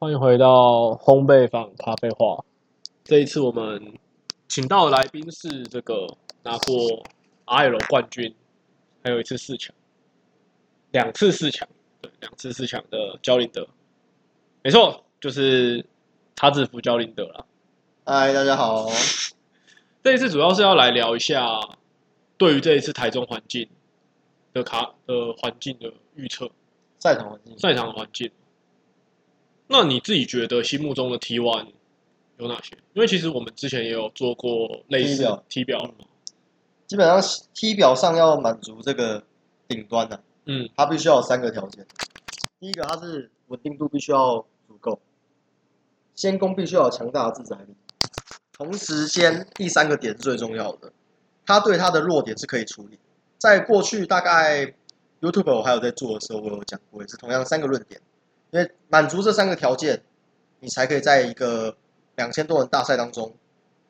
欢迎回到烘焙坊咖啡话。这一次我们请到的来宾是这个拿过 RL 冠军，还有一次四强，两次四强，对，两次四强的焦林德。没错，就是他制服焦林德啦。嗨，大家好。这一次主要是要来聊一下对于这一次台中环境的卡的环境的预测，赛场环境，赛场的环境。那你自己觉得心目中的 T one 有哪些？因为其实我们之前也有做过类似 T 表 T 表嘛，基本上 T 表上要满足这个顶端的、嗯它必须要有三个条件。第一个，它是稳定度必须要足够，先攻必须要有强大的制裁力。同时间，第三个点是最重要的，他对他的弱点是可以处理。在过去大概 YouTube 我还有在做的时候，我有讲过，也是同样三个论点，因为满足这三个条件，你才可以在一个两千多人大赛当中，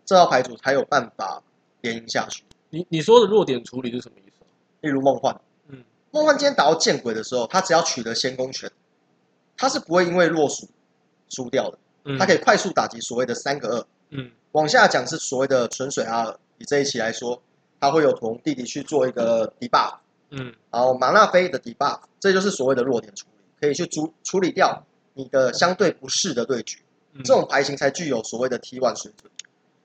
这道牌组才有办法连赢下去。你你说的弱点处理是什么意思？例如梦幻，嗯，梦幻今天打到见鬼的时候，他只要取得先攻权，他是不会因为落属输掉的，嗯他可以快速打击所谓的三个二。嗯往下讲是所谓的纯水阿尔，以这一期来说，他会有同弟弟去做一个 debuff，嗯然后马纳菲的 debuff，这就是所谓的弱点处理，可以去处处理掉你的相对不适的对局，嗯，这种牌型才具有所谓的 T one 水准。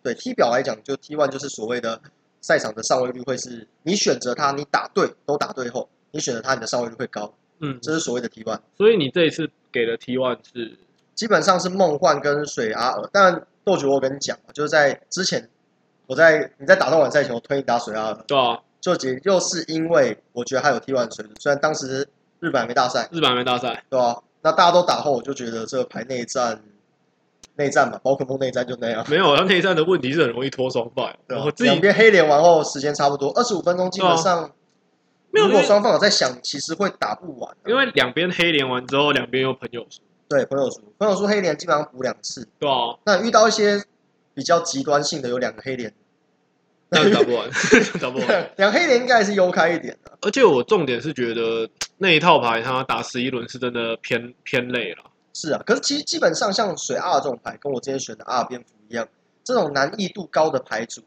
对 T 表来讲，就 T one 就是所谓的赛场的上位率会是你选择它，你打对都打对后，你选择它，你的上位率会高。嗯，这是所谓的 T one，所以你这一次给的 T one 是基本上是梦幻跟水阿尔。但豆局我有跟你讲，就是在之前我在你在打到晚赛前，我推你打水阿尔，对啊，就也又是因为我觉得他有 T one 水准，虽然当时日本还没大赛，日本还没大赛，对吧、那大家都打后，我就觉得这个牌内战内战嘛，宝可梦内战就那样。 没有，他内战的问题是很容易脱双败。对吧我自己啊两边黑脸完后时间差不多，二十五分钟基本上，没有如果因为双方有在想，其实会打不完、啊因为两边黑连完之后，两边有朋友输，对朋友输，朋友输黑脸基本上补两次，对啊，那遇到一些比较极端性的，有两个黑脸，那打 不完，打不完。两黑脸应该还是优开一点的。而且我重点是觉得那一套牌他打十一轮是真的偏偏累了，是啊，可是其实基本上像水二这种牌，跟我之前选的二蝙蝠一样，这种难易度高的牌组，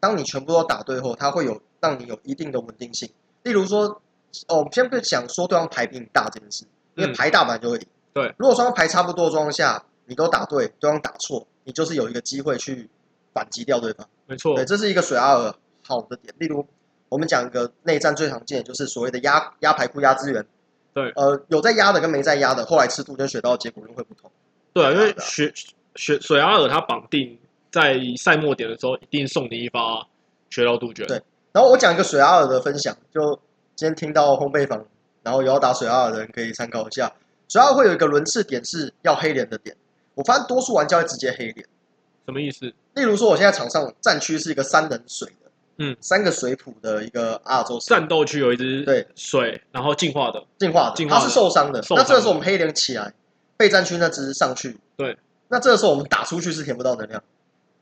当你全部都打对后，它会有让你有一定的稳定性。例如说，哦，我们先不讲说对方牌比你大这件事，因嗯为牌大本来就会赢。对，如果双方牌差不多的状况下，你都打对，对方打错，你就是有一个机会去反击掉对方。没错对，，这是一个水阿尔好的点。例如，我们讲一个内战最常见的就是所谓的压压排库压资源。对呃，有在压的跟没在压的，后来吃杜鹃水稻的结果又会不同。对啊，因为对啊雪雪水阿尔他绑定在赛末点的时候，一定送你一发雪道杜鹃。对然后我讲一个水阿尔的分享，就今天听到烘焙坊，然后有要打水阿尔的人可以参考一下。水阿尔会有一个轮次点是要黑脸的点，我发现多数玩家会直接黑脸。什么意思？例如说，我现在场上战区是一个三人水的，嗯三个水谱的一个亚洲战斗区有一只对水，然后进化的，进化的，进化的他是受伤的。受伤的那这个时候我们黑脸起来，备战区那只上去。对。那这个时候我们打出去是填不到能量，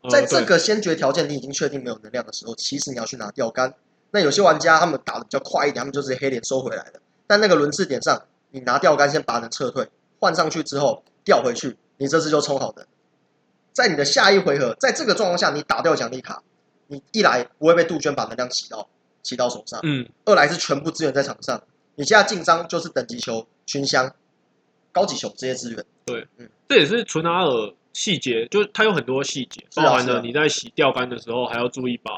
呃在这对个先决条件你已经确定没有能量的时候，其实你要去拿钓竿。那有些玩家他们打的比较快一点，他们就直接黑脸收回来了。但那个轮次点上，你拿钓竿先把人撤退，换上去之后调回去，你这次就抽好的。在你的下一回合，在这个状况下，你打掉奖励卡，你一来不会被杜鹃把能量洗到洗到手上，嗯，二来是全部资源在场上，你现在进张就是等级球、群香、高级球这些资源。这也是纯阿尔细节，就是它有很多细节，是包啊含是了啊你在洗钓竿的时候还要注意把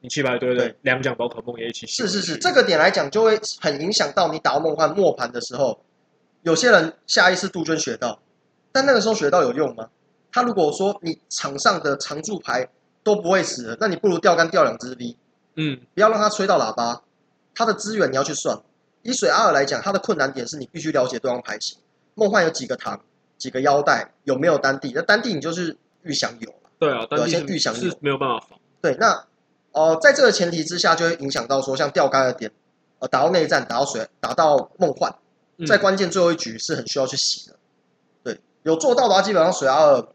你弃牌堆的对两奖宝可梦也一起洗是回去。是是，这个点来讲就会很影响到你打到梦幻末盘的时候，有些人下意识杜鹃学到，但那个时候学到有用吗？他如果说你场上的常驻牌都不会死了，那你不如钓竿钓两只 V，嗯不要让它吹到喇叭。它的资源你要去算。以水阿尔来讲，它的困难点是你必须了解对方牌型，梦幻有几个糖、几个腰带，有没有单地？那单地你就是预想有嘛。对啊，但对啊是先预想是有没有办法防。对，那呃，在这个前提之下，就会影响到说，像钓竿的点，呃，打到内战，打到水，打到梦幻，嗯在关键最后一局是很需要去洗的。对，有做到的话，基本上水阿尔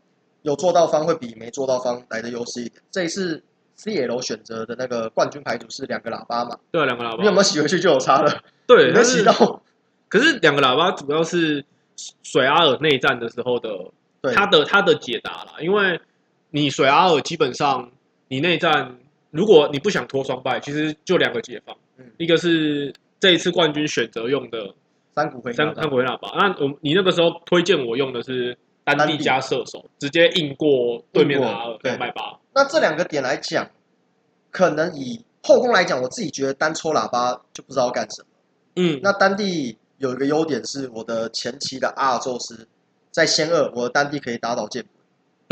有做到方会比没做到方来的优势一点。这一次 CL 选择的那个冠军牌组是两个喇叭嘛，对啊，两个喇叭你有没有洗回去就有差了，对，没但洗是到可是两个喇叭主要是水阿尔内战的时候的对，他的他的解答啦，因为你水阿尔基本上你内战，如果你不想拖双败，其实就两个解放，嗯一个是这一次冠军选择用的山谷回三纳三回纳吧，那我你那个时候推荐我用的是单单地地加射手，直接硬过对面的硬过阿尔对两百八，那这两个点来讲，可能以后宫来讲，我自己觉得单抽喇叭就不知道干什么。嗯，那单地有一个优点是，我的前期的阿尔宙斯在仙二，我的单地可以打倒剑鬼，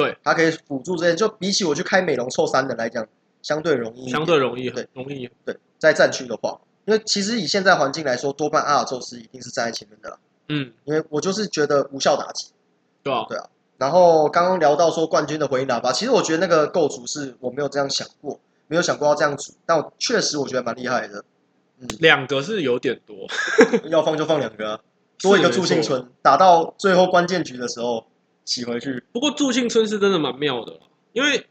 对，它可以辅助这些。就比起我去开美容凑三的来讲，相对容易一点。相对容易很对容易，对，在战区的话，因为其实以现在环境来说，多半阿尔宙斯一定是站在前面的啦。嗯，因为我就是觉得无效打击。对吧？对啊，然后刚刚聊到说冠军的回应喇叭，其实我觉得那个构筑是我没有这样想过，没有想过要这样组，但我确实我觉得蛮厉害的。两个是有点多，要放就放两个啊、多一个助兴是没错村，打到最后关键局的时候洗回去。不过助兴村是真的蛮妙的啦，因为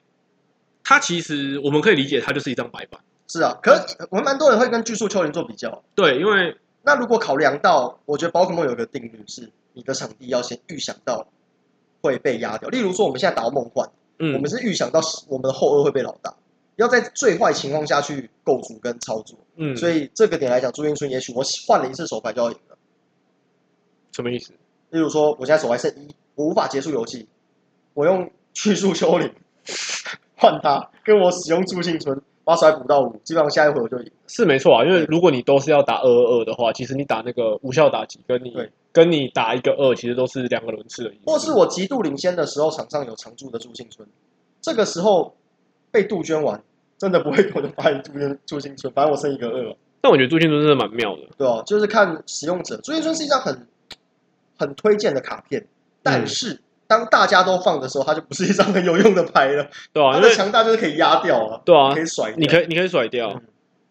它其实我们可以理解它就是一张白板，是啊，可嗯是我们蛮多人会跟巨树丘陵做比较。对，因为那如果考量到，我觉得宝可梦有一个定律是，你的场地要先预想到会被压掉。例如说，我们现在打到梦幻，嗯，我们是预想到我们的后二会被老大，要在最坏情况下去构筑跟操作。嗯，所以这个点来讲，朱英春也许我换了一次手牌就要赢了。什么意思？例如说，我现在手牌剩一，我无法结束游戏，我用去速修理换它，跟我使用助兴存，把手牌补到五，基本上下一回我就赢。是没错啊，因为如果你都是要打二二二的话，其实你打那个无效打击，跟你对跟你打一个二，其实都是两个轮次的意思。或是我极度领先的时候，场上有常驻的助兴村，这个时候被杜鹃完，真的不会有人把你杜鹃助兴村，反正我剩一个二，但我觉得朱庆春真的蛮妙的，对哦，就是看使用者。助兴村是一张很很推荐的卡片，嗯但是。当大家都放的时候，它就不是一张很有用的牌了。对啊，它因的为强大就是可以压掉啊，对啊可以甩掉，你可以你可以甩掉，嗯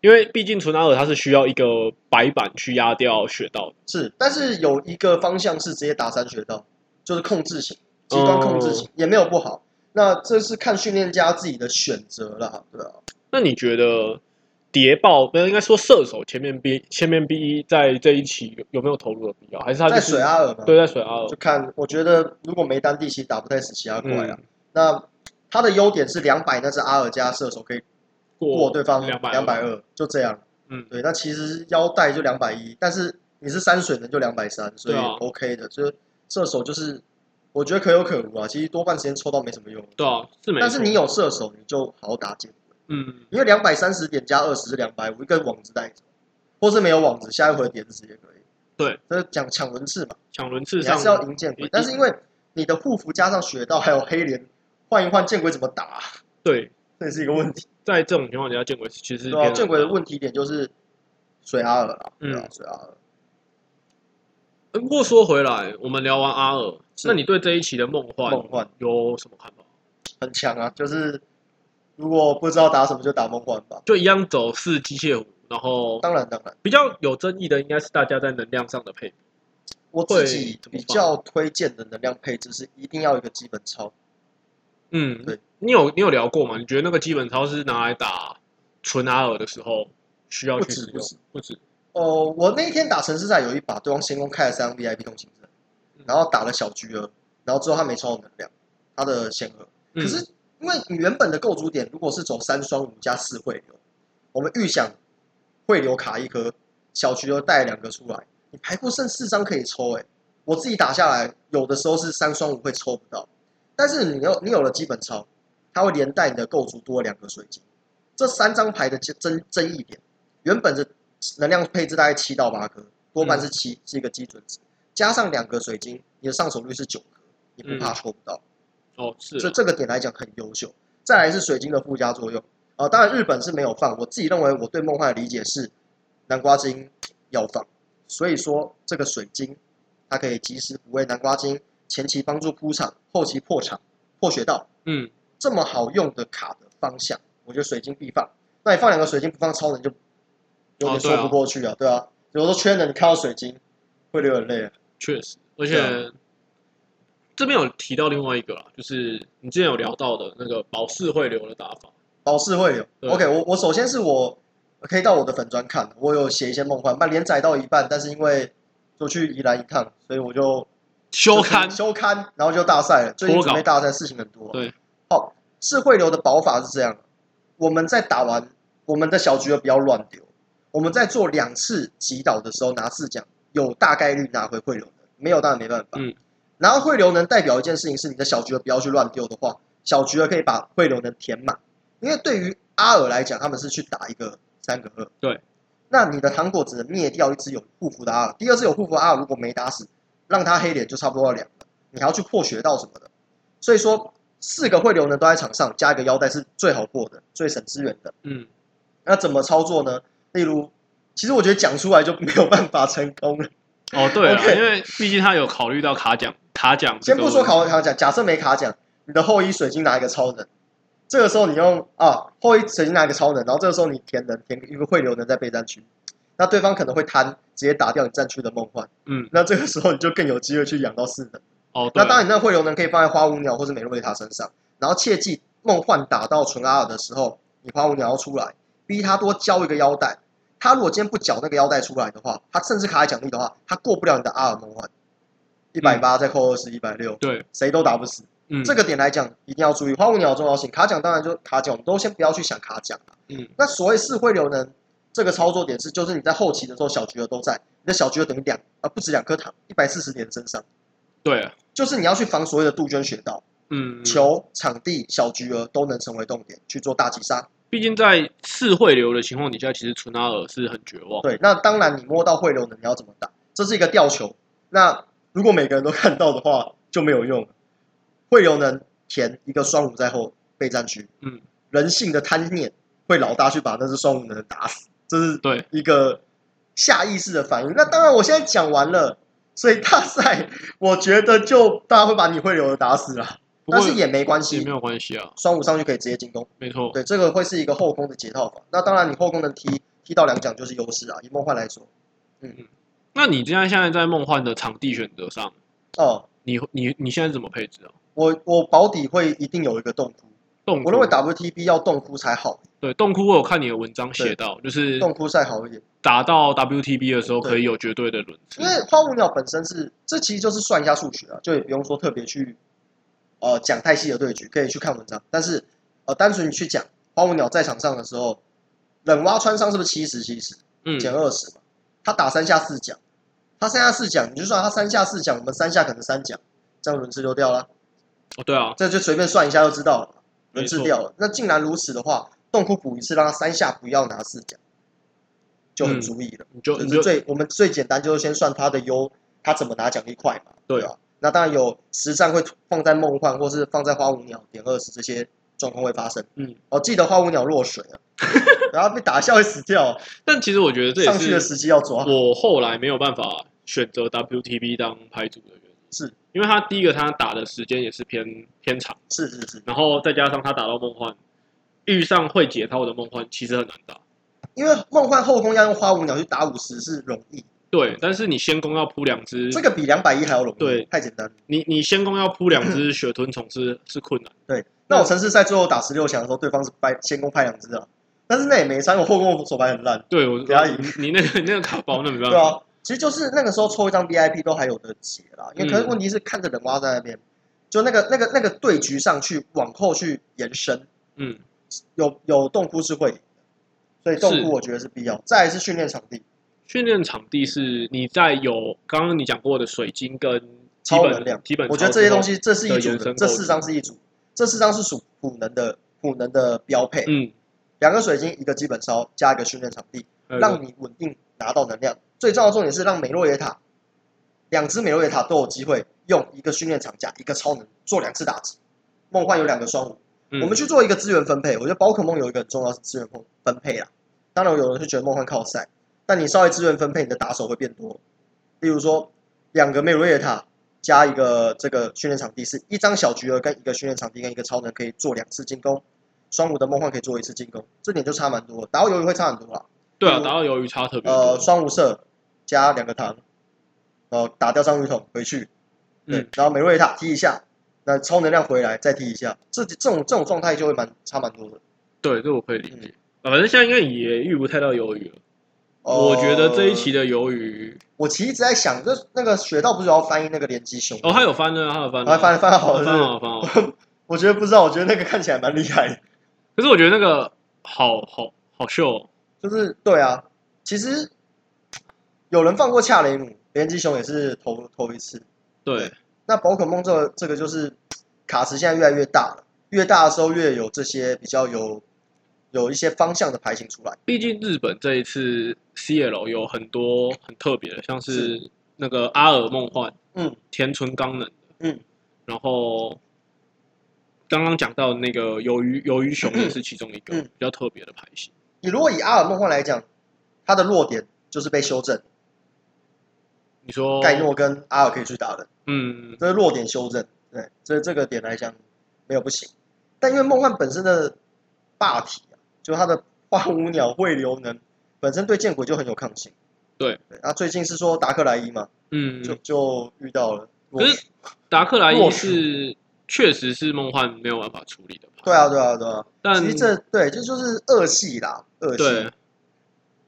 因为毕竟纯阿尔它是需要一个白板去压掉雪道的，是，但是有一个方向是直接打三学道，就是控制型，极端控制型、哦也没有不好。那这是看训练家自己的选择啦，对啊，那你觉得谍报，不是应该说射手前面 B 前面 B 在这一期有有没有投入的必要？还是他就在是水阿尔嘛，对在水阿尔就？看我觉得如果没单地其实打不太死其他怪啊。嗯，那他的优点是两百那只阿尔加射手可以过对方哦两百两百，二，就这样。嗯，对，那其实腰带就两百一，但是你是山水人就两百三，所以对啊 OK 的。就是射手就是我觉得可有可无啊，其实多半时间抽到没什么用。对啊，是没错。但是你有射手，你就好好打剑，嗯，因为两百三十点加二十是两百五，一根网子带走，或是没有网子，下一回的点子也可以。对，这讲抢轮次嘛，抢轮你次还上是要赢剑一鬼定，但是因为你的护符加上雪道还有黑莲，换一换剑鬼怎么打啊、对，这也是一个问题。在这种情况底下，见鬼其实对啊，变得剑鬼的问题点就是水阿尔啦，嗯对啊，水阿尔。呃不过说回来，我们聊完阿尔，是那你对这一期的梦幻梦幻有什么看法？很强啊，就是如果不知道打什么就打梦幻吧。就一样走四机械舞，然后当然当然，比较有争议的应该是大家在能量上的配比。我自己比较推荐的能量配置是一定要有一个基本操，嗯对，你有你有聊过吗？你觉得那个基本操是拿来打纯阿尔的时候需要不去止使不用止？不止，哦，我那一天打城市赛有一把对方先攻开了三张 VIP 通行证，然后打了小菊儿，然后之后他没抽到能量，他的仙娥。嗯可是因为你原本的构筑点如果是走三双五加四汇流，我们预想汇流卡一颗，小菊儿带两个出来，你排库剩四张可以抽、欸，我自己打下来，有的时候是三双五会抽不到，但是你有你有了基本超，它会连带你的构筑多两个水晶，这三张牌的争争议点，原本的能量配置大概七到八颗，多半是七、是一个基准值，加上两个水晶，你的上手率是九颗，你不怕抽不到，哦，是所以啊这个点来讲很优秀。再来是水晶的附加作用，啊、当然日本是没有放，我自己认为我对梦幻的理解是南瓜精要放，所以说这个水晶它可以及时补位南瓜精，前期帮助铺场，后期破场破雪道，嗯，这么好用的卡的方向，我觉得水晶必放。那你放两个水晶不放超人就有点说不过去啊，对啊。有时候缺人，你看到水晶会流眼泪啊。确实，而且、对啊这边有提到另外一个啦，就是你之前有聊到的那个保释汇流的打法，老哦是会流。对 OK，我我首先是我可以到我的粉砖看，我有写一些梦幻，那连载到一半，但是因为就去宜兰一趟，所以我就休刊就是休刊，然后就大赛了。最近脱稿准备大赛事情很多。对，好，智慧流的保法是这样的：我们在打完我们的小局的不要乱丢，我们在做两次击倒的时候拿四奖，有大概率拿回汇流的，没有当然没办法。嗯，然后汇流能代表一件事情是你的小局的不要去乱丢的话，小局的可以把汇流能填满，因为对于阿尔来讲，他们是去打一个三个二。对。那你的糖果只能灭掉一只有护符的阿尔，第二只有护符的阿尔如果没打死，让他黑脸就差不多要凉了，你还要去破血道什么的。所以说，四个汇流呢都在场上，加一个腰带是最好过的，最省资源的。嗯，那怎么操作呢？例如，其实我觉得讲出来就没有办法成功了。哦对了 OK 因为毕竟他有考虑到卡奖，卡奖这先个不说考卡奖，假设没卡奖，你的后一水晶拿一个超能，这个时候你用啊后一水晶拿一个超能，然后这个时候你填能填一个汇流能在备战区，那对方可能会贪，直接打掉你战区的梦幻，嗯，那这个时候你就更有机会去养到四能。哦对那了当然，你那个汇流能可以放在花无鸟或是美洛维塔身上，然后切记梦幻打到纯阿尔的时候，你花无鸟要出来，逼他多交一个腰带。他如果今天不缴那个腰带出来的话，他甚至卡在奖励的话，他过不了你的阿尔梦幻，一百八再扣二十，一百六，对，谁都打不死。嗯，这个点来讲，一定要注意花无鸟的重要性。卡奖当然就卡奖，我们都先不要去想卡奖了。嗯那所谓四汇流能这个操作点是，就是你在后期的时候小橘儿都在，你的小橘儿等于两啊不止两颗糖，一百四十点身上。对了，就是你要去防所谓的杜鹃雪道，嗯，球、场地、小菊儿都能成为重点去做大击杀。毕竟在四汇流的情况底下，其实纯阿尔是很绝望。对，那当然你摸到汇流呢，你要怎么打？这是一个吊球。那如果每个人都 看到的话，就没有用了。汇流能填一个双五在后备战区，嗯，人性的贪念会老大去把那只双五能打死，这是对一个下意识的反应。那当然，我现在讲完了，所以大赛 我觉得就大家会把你汇流能打死了，不但过是也没关也系没，有关系啊，双五上去可以直接进攻。没错。对，这个会是一个后攻的解套法。那当然，你后攻能踢踢到两奖就是优势啊。以梦幻来说，那你这样现在在梦幻的场地选择上，哦，你你你现在是怎么配置啊？我我保底会一定有一个洞窟，洞窟我认为 WTB 要洞窟才好，对洞窟，我有看你的文章写到，就是洞窟赛好一点。打到 WTB 的时候对可以有绝对的轮次因。为花无鸟本身是，这其实就是算一下数学啊，就也不用说特别去呃讲太细的对局，可以去看文章。但是呃，单纯去讲花无鸟在场上的时候，冷蛙穿伤是不是七十七十？嗯，减二十嘛，他打三下四奖，他三下四奖，你就算他三下四奖，我们三下可能三奖，这样轮次就掉了，哦对啊，这就随便算一下就知道了，轮次没错掉了。那竟然如此的话，洞窟补一次，让他三下不要拿四奖，就很嗯足以了。你就你就是就最我们最简单就是先算他的优，他怎么拿奖励快嘛，对吧？那当然有实战会放在梦幻或是放在花无鸟点二十这些状况会发生。嗯，哦，记得花无鸟落水 了，然后被打下会死掉，但其实我觉得这上去也的是时机要抓。我后来没有办法选择 WTB 当牌组的原因，是因为他第一个他打的时间也是偏偏长，是是是，然后再加上他打到梦幻，遇上会解套的梦幻其实很难打。因为梦幻后宫要用花无鸟去打五十是容易，对，但是你先攻要铺两只，这个比两百一还要容易，对太简单了。你你先攻要铺两嗯只雪豚虫是是困难，对，那我城市赛最后打十六强的时候，对方是拍先攻拍两只啊，但是那也没差，我后宫手牌很烂，对我不要赢你你那个你那个卡包那没办对法，啊，其实就是那个时候抽一张 VIP 都还有的解啦，因为嗯可是问题是看着人蛙在那边，就那个那个那个对局上去往后去延伸，嗯，有有洞窟是会赢的，所以洞是窟我觉得是必要。再来是训练场地，训练场地是你在有刚刚你讲过的水晶跟基超能本量基本，我觉得这些东西，西这是一的组延的，伸这构四筑张是一组，这四张是属普能的普能的标配，嗯，两个水晶，一个基本烧，加一个训练场地，还有让你稳定拿到能量。最重要的重点是让美洛野塔，两只美洛野塔都有机会用一个训练场加一个超能做两次打击。梦幻有两个双五，嗯我们去做一个资源分配。我觉得宝可梦有一个很重要是资源分分配啦。当然，有人是觉得梦幻靠赛，但你稍微资源分配，你的打手会变多。例如说，两个美洛野塔加一个这个训练场地，是一张小菊儿跟一个训练场地跟一个超能可以做两次进攻，双五的梦幻可以做一次进攻，这点就差蛮多。打到鱿鱼会差很多啦。对啊，嗯打到鱿鱼差特别多呃，，双无色加两个糖，然后打掉章鱼桶回去，对，嗯然后美瑞塔踢一下，那超能量回来再踢一下，这这种这种状态就会蛮差蛮多的。嗯对，这我可以理解，啊反正现在应该也遇不太到鱿鱼了，哦我觉得这一期的鱿鱼，呃我其实一直在想，这那个学道不是有要翻译那个连击兄弟？哦，他有翻的，他有翻的，啊，翻翻好翻哦好了翻好。 是不是，我觉得不知道，我觉得那个看起来蛮厉害的，可是我觉得那个好好好秀哦，就是对啊，其实有人放过恰雷姆，连击熊也是头头一次。对，那宝可梦这个这个就是卡池现在越来越大了，越大的时候越有这些比较有有一些方向的牌型出来。毕竟日本这一次 CL 有很多很特别的，像是那个阿尔梦幻、嗯田村刚能的，嗯，然后刚刚讲到那个鱿鱼鱿鱼熊也是其中一个嗯比较特别的牌型，你如果以阿尔梦幻来讲，它的弱点就是被修正，你说盖诺跟阿尔可以去打人。嗯这是弱点修正，对，所以这个点来讲没有不行。但因为梦幻本身的霸体啊，就它的花舞鸟汇流能本身对剑鬼就很有抗性。对，那、最近是说达克莱伊嘛，嗯，就就遇到了。可是达克莱伊落是确实是梦幻没有办法处理的牌，对啊，对啊，对啊。但其实这对这就是恶系啦，恶对系。，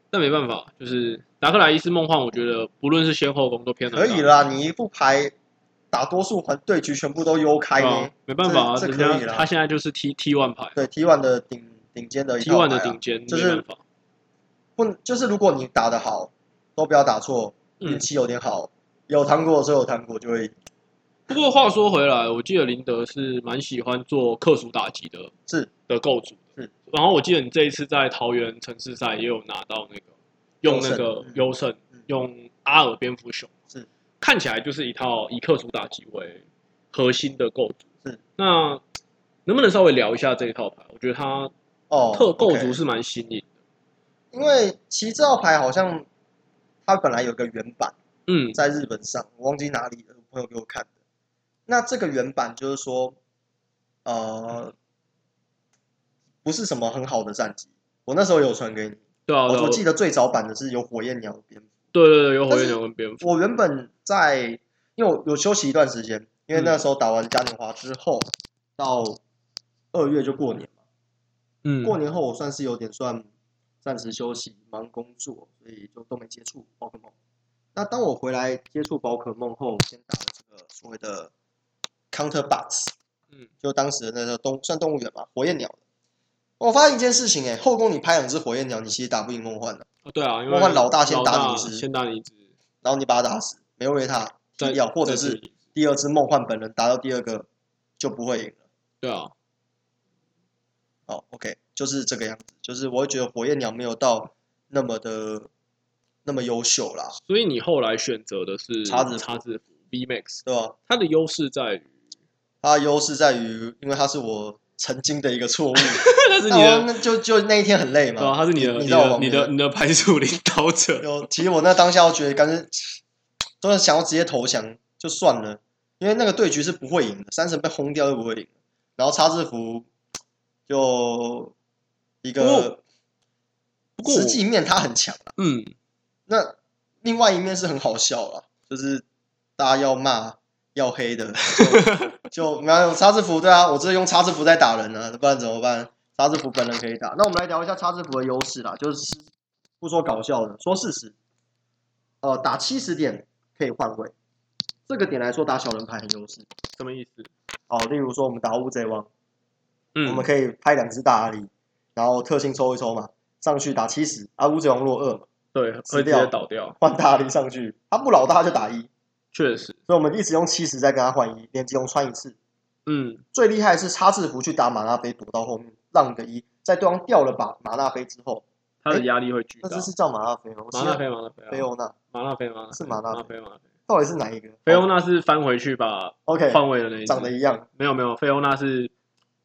但没办法，就是达克莱伊是梦幻，我觉得不论是先后攻都偏可难打以啊啦，你一副牌打多数环对局全部都悠开对呢。啊没办法啊，这人这可以家啦他现在就是 T T one 牌对 T one 的顶顶尖的一，T 套牌、啊 one 的顶尖，就没是办法，不能就是如果你打得好，都不要打错，嗯运气有点好，有糖果的时候有糖果就会不过话说回来，我记得林德是蛮喜欢做克数打击的是的构筑。是，然后我记得你这一次在桃园城市赛也有拿到那个用那个优优胜嗯，用阿尔蝙蝠熊，是看起来就是一套以克数打击为核心的构筑。是，那能不能稍微聊一下这一套牌？我觉得它哦特构筑 OK 是蛮新颖的。因为其实这套牌好像它本来有个原版嗯，在日本上，我忘记哪里了，我朋友给我看的。那这个原版就是说，呃，不是什么很好的战绩。我那时候有传给你，对啊，我对啊哦我记得最早版的是有火焰鸟的蝙蝠。对对对，有火但焰是鸟跟蝙蝠。我原本在，因为我有休息一段时间，因为那时候打完嘉年华之后，到二月就过年嘛。嗯，过年后我算是有点算暂时休息，忙工作，所以就都没接触宝可梦。那当我回来接触宝可梦后，先打了这个所谓的 Counter Box，嗯，就当时的那个动算动物园嘛，火焰鸟的。我发现一件事情、欸，哎，后宫你拍两只火焰鸟，你其实打不赢梦幻的，哦对啊，因为梦幻老大先老打大你一只先打你一只，然后你把它打死，没有为它再踢掉，或者再是处理第二只梦幻本人打到第二个就不会赢了。对啊，哦，OK，就是这个样子，就是我会觉得火焰鸟没有到那么的那么优秀啦，所以你后来选择的是叉子服叉子 B Max，对吧？它的优势在于，它的优势在于，因为它是我曾经的一个错误，那 是 那你我的，那就就那一天很累哦对啊吧？嘛。它是你的，你你知道我的，旁你边的，你的牌组领导者。有，其实我那当下我觉得，感觉真的想要直接投降就算了，因为那个对局是不会赢的，三神被轰掉就不会赢。然后叉字符就一不过个不过我实际面他很强啦，嗯，那另外一面是很好笑啦，就是大家要骂要黑的，就 就没有叉字符对啊，我这用叉字符在打人呢、不然怎么办？叉字符本人可以打。那我们来聊一下叉字符的优势啦，就是不说搞笑的，说事实。呃，打七十点可以换位，这个点来说打小人牌很优势。什么意思？好，例如说我们打乌贼王，我嗯们，可以拍两只大阿狸，然后特性抽一抽嘛，上去打七十，啊，乌贼王落二嘛，对，死会直接掉倒掉，换大阿狸上去，他不老大就打一，确实，所以我们一直用七十再跟他换一，连吉龙穿一次。嗯，最厉害的是插字符去打马纳菲，躲到后面让个一，在对方掉了把马纳菲之后，它的压力会巨那大这。是叫马纳菲吗？我马纳菲，马纳菲啊，菲欧娜马纳菲，马纳菲是马纳纳菲，菲，马纳菲。到底是哪一个？菲欧娜是翻回去把 OK 换位的那一只长得一样。没有没有，菲欧娜是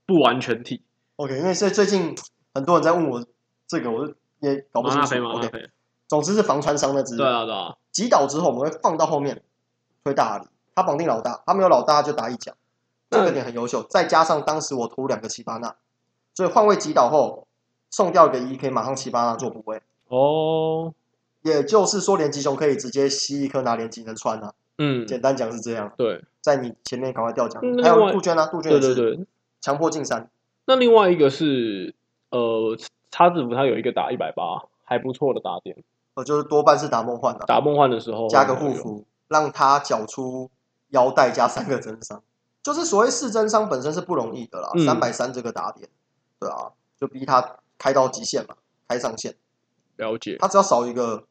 不完全体， OK，因为最最近很多人在问我这个，我就也搞哦不马清纳楚菲，。马纳 OK，菲，总之是防穿伤那只。对啊对啊，击倒之后，我们会放到后面推大阿狸，他绑定老大，他没有老大就打一脚，这嗯个点很优秀。再加上当时我突两个奇巴纳，所以换位击倒后送掉一个一，可以马上奇巴纳做补位。哦，也就是说，连击熊可以直接吸一颗拿连击能穿啊。嗯，简单讲是这样，对在你前面赶快掉奖嗯。还另外有杜鹃啊，杜鹃对也对是对，强迫进山，那另外一个是，呃，叉字符它有一个打一百八还不错的打点，我就是多半是打梦幻啊的、打梦幻的时候加个护有符，让他缴出腰带加三个真伤，就是所谓四真伤本身是不容易的啦，嗯三百三这个打点，对啊，就逼他开到极限嘛，开上限，了解，他只要少一个，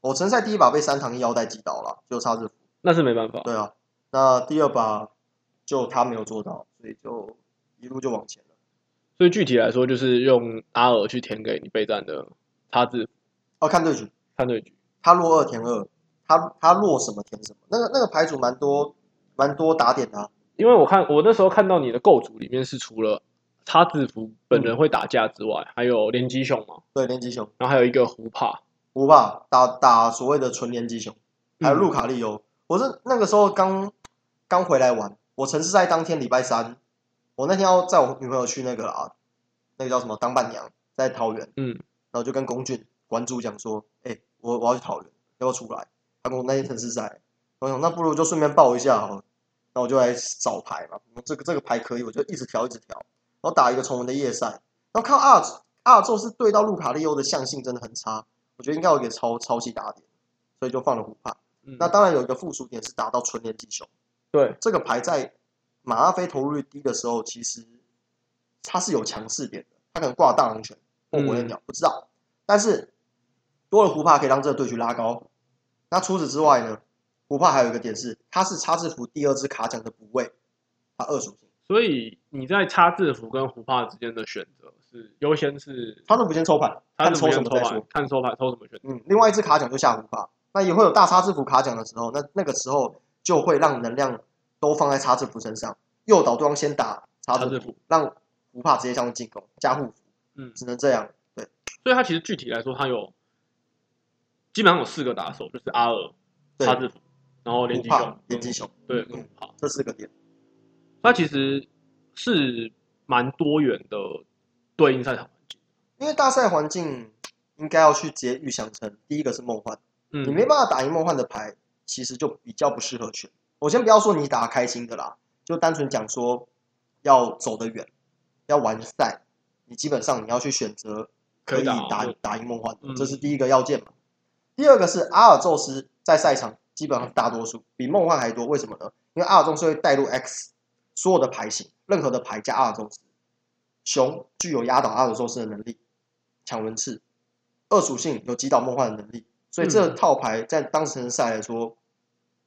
我成赛第一把被三堂一腰带击倒了，就差日服，那是没办法。对啊，那第二把就他没有做到，所以就一路就往前了。所以具体来说，就是用阿尔去填给你备战的差字哦，看对局，看对局。他落二填二，他他落什么填什么，那个那个牌组蛮多蛮多打点的啊、因为我看我那时候看到你的构筑里面是除了差字符本嗯人会打架之外，还有连击熊嘛，对，连击熊。然后还有一个胡帕，五吧，打打所谓的纯联机熊，还有嗯路卡利欧。我是那个时候刚刚回来玩，我城市在当天礼拜三，我那天要载我女朋友去那个啊，那个叫什么当伴娘，在桃园，嗯然后就跟龚俊馆主讲说，哎、我我要去桃园，要不要出来？他跟我那天城市赛，我想那不如就顺便报一下好了，那我就来找牌嘛，这个这个牌可以，我就一直调一直调，然后打一个重文的夜赛，然后看到阿尔阿尔宙斯对到路卡利欧的象性真的很差，我觉得应该有一个超超级打点，所以就放了胡帕。嗯，那当然有一个附属点是打到纯联击熊，对，这个牌在马阿菲投入率低的时候，其实它是有强势点的，它可能挂大狼拳或嗯火焰鸟，不知道。但是多了胡帕可以让这个对局拉高。那除此之外呢，胡帕还有一个点是，它是叉字符第二只卡奖的补位，它二属性，所以你在差字符跟胡帕之间的选择是优先是它是不先抽牌，差看字抽符什先么抽再说牌。，看抽牌抽什么选择。嗯，另外一只卡奖就下胡法，那也会有大叉字符卡奖的时候，那那个时候就会让能量都放在叉字符身上，诱导对方先打叉叉字字符符，让胡法直接上去进攻加护符，嗯只能这样。对，所以它其实具体来说，它有基本上有四个打手，就是阿尔、对叉字符，然后连胡击法熊、连击熊对嗯胡帕，这四个点，它其实是蛮多元的对应赛场环境。因为大赛环境应该要去直接预想成，第一个是梦幻，嗯，你没办法打赢梦幻的牌，其实就比较不适合选。我先不要说你打得开心的啦，就单纯讲说要走得远，要完赛，你基本上你要去选择可可以以打打嗯打赢梦幻的，嗯这是第一个要件嘛。第二个是阿尔宙斯在赛场基本上大多数比梦幻还多，为什么呢？因为阿尔宙斯会带入 X 所有的牌型，任何的牌加阿尔宙斯，熊具有压倒阿尔宙斯的能力，抢轮次，二属性有击倒梦幻的能力，所以这嗯套牌在当时的赛来说，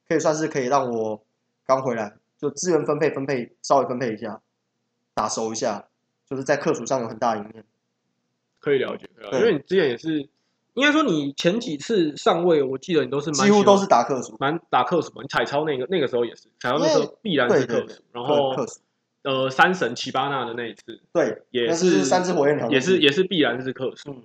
可以算是可以让我刚回来就资源分配分配稍微分配一下，打熟一下，就是在克数上有很大赢面。可以了解，可以了解对因为你之前也是，应该说你前几次上位，我记得你都是蛮几乎都喜是打克数，欢蛮打克什么，你彩超那个那个时候也是，彩超那时因候必然是对对克对数，然对后克数，呃三神奇巴纳的那一次对，也那是三只火焰鸟，也是也是必然是克数，嗯，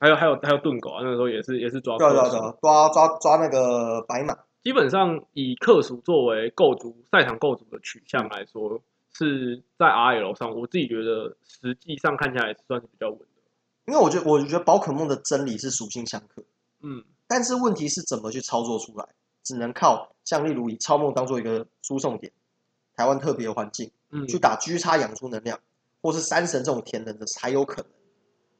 还有还有还有盾狗啊，那个时候也是也是抓对啊对啊克对数，啊，抓抓抓那个白马，基本上以克数作为构筑赛场构筑的取向来说，是在 RL 上，我自己觉得实际上看起来算是比较稳的，因为我觉得我觉得宝可梦的真理是属性相克，嗯，但是问题是怎么去操作出来，只能靠像例如以超梦当做一个输送点，台湾特别环境。嗯去打 G 叉养出能量，或是三神这种填能的才有可能。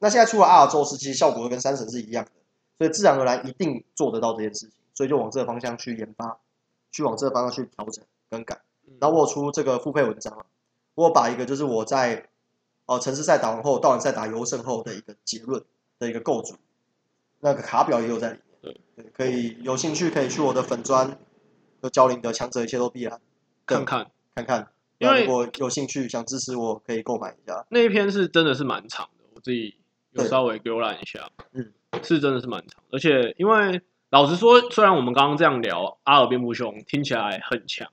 那现在出了阿尔宙斯，其实效果会跟三神是一样的，所以自然而然一定做得到这件事情，所以就往这个方向去研发，去往这个方向去调整更改。嗯然后我有出这个付费文章啊，我有把一个就是我在呃城市赛打完后，道完赛打优胜后的一个结论的一个构筑，那个卡表也有在里面。对，可以有兴趣可以去我的粉砖，就教林的强者一切都必然看看看看。因那为如果有兴趣想支持我，可以购买一下。那一篇是真的是蛮长的，我自己有对稍微浏览一下，嗯，是真的是蛮长，而且因为老实说，虽然我们刚刚这样聊阿尔边牧熊听起来很强，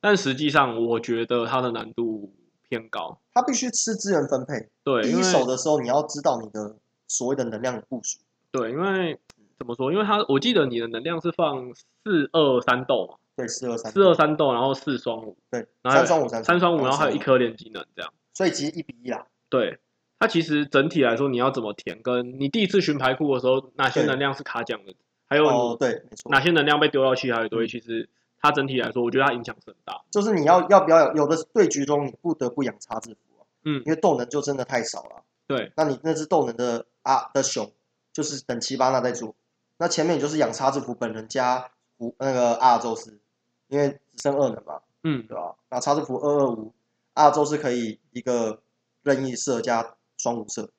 但实际上我觉得它的难度偏高，它必须吃资源分配。对，第因一为手的时候，你要知道你的所谓的能量的部署。对，因为怎么说？因为它我记得你的能量是放四二三豆嘛，对，四二三，四二三豆，然后四双五，对，然后三双五三三双五，然后还有一颗，颗连技能这样。所以其实一比一啦。对，它其实整体来说，你要怎么填，跟你第一次巡牌库的时候，哪些对能量是卡奖的，还有哦你，对，没错，哪些能量被丢到器材里堆，其实它整体来说，我觉得它影响是很大。就是你要要不要有的对局中你不得不养叉字符啊，嗯因为斗能就真的太少了。对，那你那只斗能的啊的熊，就是等齐巴纳再做。那前面就是养叉之福本人加胡那个阿尔宙斯，因为只剩二能嘛，嗯对吧？那叉之福二二五，阿尔宙斯可以一个任意射加双无射，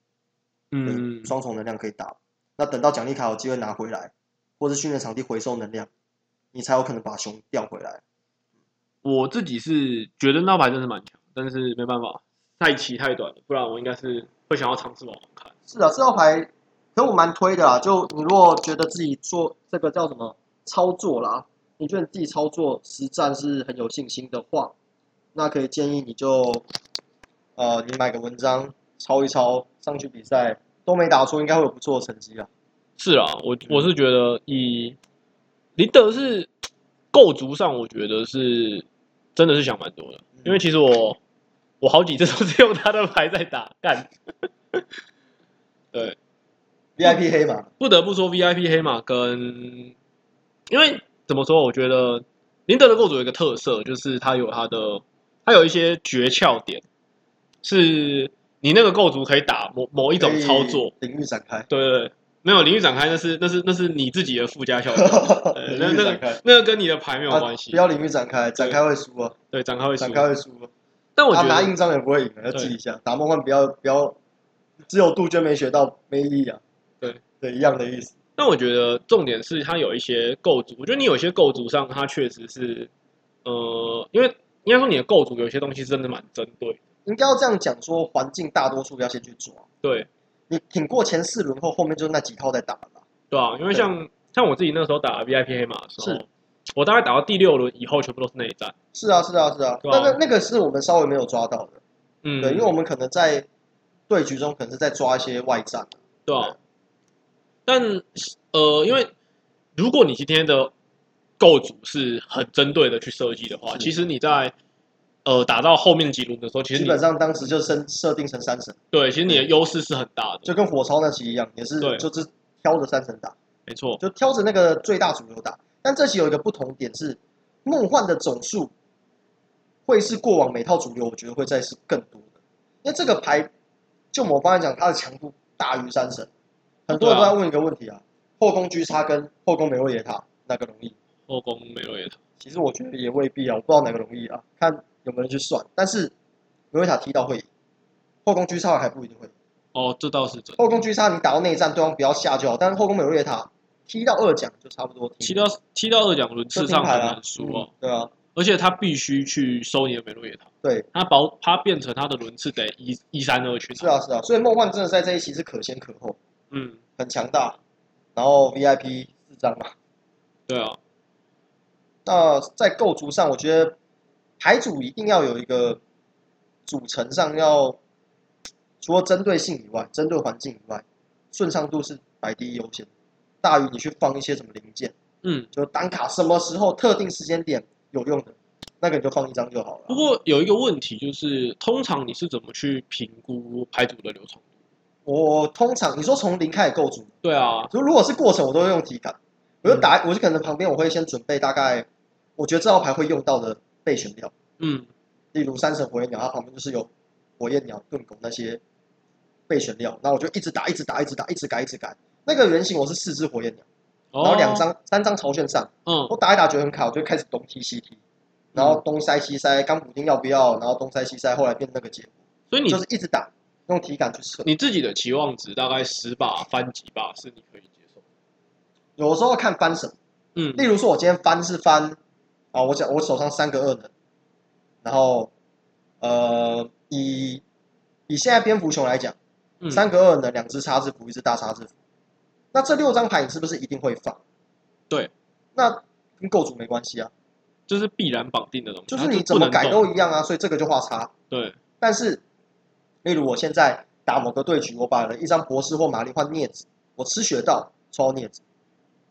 嗯嗯，，双重能量可以打。那等到奖励卡有机会拿回来，或是训练场地回收能量，你才有可能把熊调回来。我自己是觉得那牌真的是蛮强，但是没办法，赛期太短了，不然我应该是会想要尝试玩玩看。是啊，这套牌，可我蛮推的啦。就你如果觉得自己做这个叫什么操作啦，你觉得你自己操作实战是很有信心的话，那可以建议你就，呃，你买个文章抄一抄，上去比赛都没打出，应该会有不错的成绩啊。是啊，我我是觉得以林德是构筑上，我觉得是真的是想蛮多的，因为其实我我好几次都是用他的牌在打干。对， VIP 黑马，不得不说 VIP 黑马跟，因为怎么说，我觉得林德的构筑有一个特色，就是它有它的，它有一些诀窍点，是你那个构筑可以打某某一一种操作，领域展开，对对对，没有领域展开，那是那是那是你自己的附加效果。 对呃那领域那展个开。那个跟你的牌没有啊关系，不要领域展开，展开会输啊，对展开会输展。开会输啊。但我他觉拿得印章也不会赢，啊要记一下。打梦幻不要不要，只有杜鹃没学到没意义啊。对对，一样的意思。但我觉得重点是它有一些构筑，我觉得你有一些构筑上，它确实是，呃，因为应该说你的构筑有些东西真的蛮针对，应该要这样讲说，环境大多数要先去抓，对你挺过前四轮后，后面就是那几套在打了。对啊，因为哦对像像我自己那时候打 VIP 黑马的时候是，我大概打到第六轮以后，全部都是内战，是啊，是啊，是啊。对啊那那那个是我们稍微没有抓到的，嗯，对，因为我们可能在对局中可能是在抓一些外战。对啊，但呃，因为如果你今天的构筑是很针对的去设计的话，是其实你在呃打到后面几轮的时候，其实基你本上当时就设设定成三神，对，其实你的优势是很大的，就跟火烧那期一样，也是对就是挑着三神打。没错，就挑着那个最大主流打。但这期有一个不同点是，梦幻的总数会是过往每套主流，我觉得会再是更多的，因为这个牌就某方来讲，它的强度大于三神。很多人都在问一个问题啊，后宫狙杀跟后宫美味野塔哪个容易？后宫美瑞塔，其实我觉得也未必啊，我不知道哪个容易啊，看有没有人去算。但是美味塔踢到会赢，后宫狙杀还不一定会赢。哦，这倒是真的，后宫狙杀你打到内战，对方不要下就好，但是后宫美味野塔踢到二奖就差不多踢。踢到踢到二奖轮次上这听牌很啊难输哦，对啊，而且他必须去收你的美瑞塔，对，他保他变成他的轮次得一一三二去拿，是啊，是啊，所以梦幻真的在这一期是可先可后，嗯，很强大。然后 VIP 四张嘛，对啊，那在构筑上，我觉得牌组一定要有一个组成上要，除了针对性以外，针对环境以外，顺畅度是摆第一优先，大于你去放一些什么零件，嗯。就是单卡什么时候特定时间点有用的，那个你就放一张就好了啊不。过有一个问题就是，通常你是怎么去评估牌组的流程？我通常你说从零开始构筑，对啊，就如果是过程，我都会用体感，我就打，我就可能旁边我会先准备大概，我觉得这套牌会用到的备选料，嗯，例如三神火焰鸟，它旁边就是有火焰鸟、盾狗那些备选料，那我就一直打，一直打，一直打，一直改，一直改。那个原型我是四只火焰鸟，然然后两，张、三张朝旋上，哦嗯，我打一打觉得很卡，我就开始东踢西踢，然后东塞西塞，钢骨钉要不要，然后东塞西塞，后来变那个结果，所以你就是一直打，用体感去测。你自己的期望值大概十把翻几把是你可以接受的？有的时候看翻什么。嗯例如说，我今天翻是翻啊，我讲我手上三个二能，然后呃，以以现在蝙蝠熊来讲，嗯，三个二能，两只叉字符，一只大叉字符，那这六张牌你是不是一定会放？对，那跟构筑没关系啊，就是必然绑定的东西，就它是啊不你怎么能改动都一样啊，所以这个就画叉。对，但是，例如我现在打某个对局，我把了一张博士或玛丽换镊子，我吃血道抽镊子，